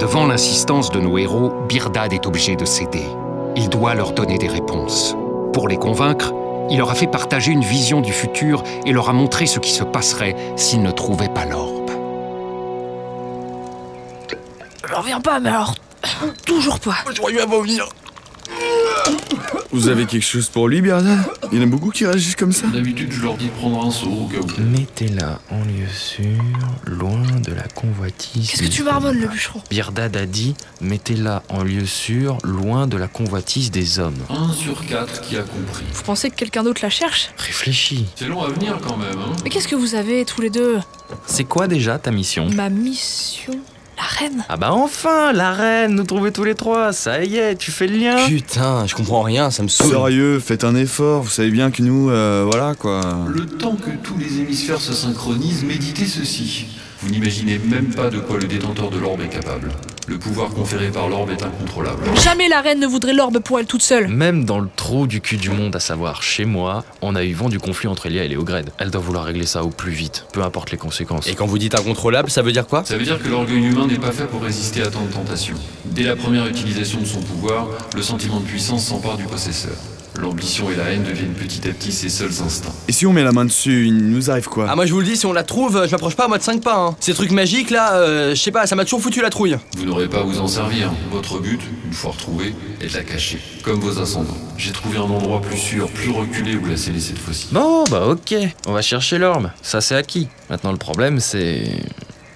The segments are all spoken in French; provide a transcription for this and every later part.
Devant l'insistance de nos héros, Birdad est obligé de céder. Il doit leur donner des réponses. Pour les convaincre, il leur a fait partager une vision du futur et leur a montré ce qui se passerait s'ils ne trouvaient pas l'orbe. J'en reviens pas, mais alors. Toujours pas. J'aurais eu à vomir. Vous avez quelque chose pour lui, Bernard Il y en a beaucoup qui réagissent comme ça D'habitude, je leur dis de prendre un seau au cas où. Mettez-la en lieu sûr, loin de la convoitise. Qu'est-ce que des tu marmonnes, le hommes. bûcheron Birdad a dit Mettez-la en lieu sûr, loin de la convoitise des hommes. 1 sur 4 qui a compris. Vous pensez que quelqu'un d'autre la cherche Réfléchis. C'est long à venir quand même, hein Mais qu'est-ce que vous avez tous les deux C'est quoi déjà ta mission Ma mission La reine Ah bah enfin, la reine, nous trouver tous les trois, ça y est, tu fais le lien Hein Putain, je comprends rien, ça me saoule. Sérieux, faites un effort, vous savez bien que nous, euh, voilà quoi. Le temps que tous les hémisphères se synchronisent, méditez ceci. Vous n'imaginez même pas de quoi le détenteur de l'orbe est capable. Le pouvoir conféré par l'orbe est incontrôlable. Jamais la reine ne voudrait l'orbe pour elle toute seule Même dans le trou du cul du monde, à savoir chez moi, on a eu vent du conflit entre Elia et Léogred. Elle doit vouloir régler ça au plus vite, peu importe les conséquences. Et quand vous dites incontrôlable, ça veut dire quoi Ça veut dire que l'orgueil humain n'est pas fait pour résister à tant de tentations. Dès la première utilisation de son pouvoir, le sentiment de puissance s'empare du possesseur. L'ambition et la haine deviennent petit à petit ses seuls instincts. Et si on met la main dessus, il nous arrive quoi Ah moi je vous le dis, si on la trouve, euh, je m'approche pas à moi de 5 pas. Hein. Ces trucs magiques là, euh, je sais pas, ça m'a toujours foutu la trouille. Vous n'aurez pas à vous en servir. Votre but, une fois retrouvée, est de la cacher, comme vos ascendants. J'ai trouvé un endroit plus sûr, plus reculé où la sceller cette fois-ci. Bon, bah ok, on va chercher l'orbe, ça c'est acquis. Maintenant le problème c'est...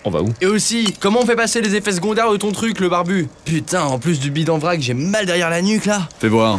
On va où Et aussi, comment on fait passer les effets secondaires de ton truc, le barbu Putain, en plus du bide en vrac, j'ai mal derrière la nuque là. Fais voir.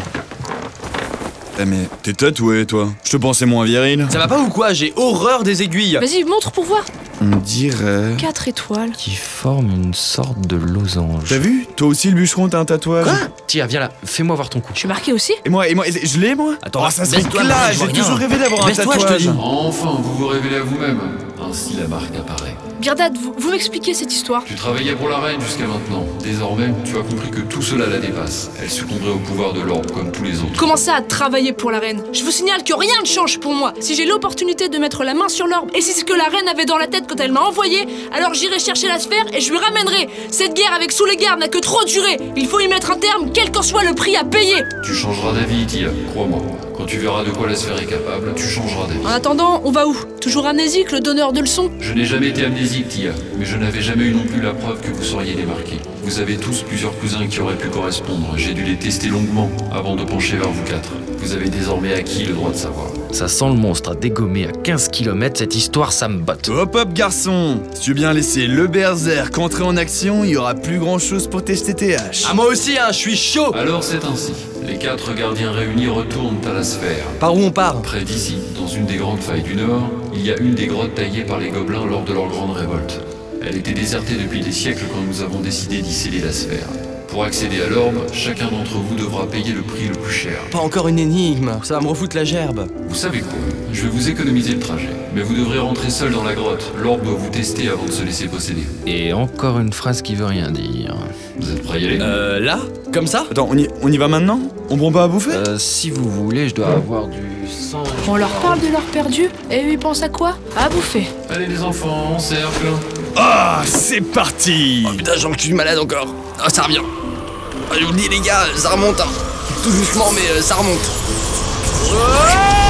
Eh mais t'es tatoué toi Je te pensais moins viril. Ça va pas ou quoi J'ai horreur des aiguilles. Vas-y, montre pour voir On dirait. 4 étoiles. Qui forme une sorte de losange. T'as vu Toi aussi le bûcheron t'as un tatouage Tiens, viens là, fais-moi voir ton cou. Je suis marqué aussi Et moi, et moi, et- je l'ai moi Attends, Ah, ça se baisse-toi, là, barbu, je j'ai vois rien. toujours rêvé d'avoir un Baisse-toi, je te tatouage. dis. Enfin, vous vous révélez à vous-même. Ainsi la marque apparaît. Birdad, vous, vous m'expliquez cette histoire Tu travaillais pour la reine jusqu'à maintenant. Désormais, tu as compris que tout cela la dépasse. Elle succomberait au pouvoir de l'orbe comme tous les autres. Commencez à travailler pour la reine. Je vous signale que rien ne change pour moi. Si j'ai l'opportunité de mettre la main sur l'orbe, et si c'est ce que la reine avait dans la tête quand elle m'a envoyé, alors j'irai chercher la sphère et je lui ramènerai. Cette guerre avec sous les gardes n'a que trop duré. Il faut y mettre un terme, quel qu'en soit le prix à payer. Tu changeras d'avis, Tia, crois-moi. Quand tu verras de quoi la sphère est capable, tu changeras d'avis. En attendant, on va où Toujours amnésique, le donneur de leçons Je n'ai jamais été amnésique, Tia, mais je n'avais jamais eu non plus la preuve que vous seriez démarqué. Vous avez tous plusieurs cousins qui auraient pu correspondre. J'ai dû les tester longuement avant de pencher vers vous quatre. Vous avez désormais acquis le droit de savoir. Ça sent le monstre à dégommer à 15 km, cette histoire ça me botte. Hop hop garçon Si tu veux bien laisser le berserk entrer en action, il y aura plus grand chose pour tester tes haches. Ah moi aussi, hein, je suis chaud. Alors c'est ainsi. Les quatre gardiens réunis retournent à la sphère. Par où on part Près d'ici, dans une des grandes failles du nord, il y a une des grottes taillées par les gobelins lors de leur grande révolte. Elle était désertée depuis des siècles quand nous avons décidé d'y sceller la sphère. Pour accéder à l'orbe, chacun d'entre vous devra payer le prix le plus cher. Pas encore une énigme, ça va me refoutre la gerbe. Vous savez quoi Je vais vous économiser le trajet, mais vous devrez rentrer seul dans la grotte. L'orbe doit vous tester avant de se laisser posséder. Et encore une phrase qui veut rien dire. Vous êtes prêts à y aller Euh, là Comme ça Attends, on y, on y va maintenant On prend pas à bouffer Euh, si vous voulez, je dois avoir du sang. On leur parle de l'or perdu, et eux ils pensent à quoi À bouffer. Allez les enfants, en cercle Ah, c'est parti Oh, Putain, j'en suis malade encore. Ah, ça revient. Ah, Je vous le dis, les gars, ça remonte. hein. Tout doucement, mais euh, ça remonte. Ah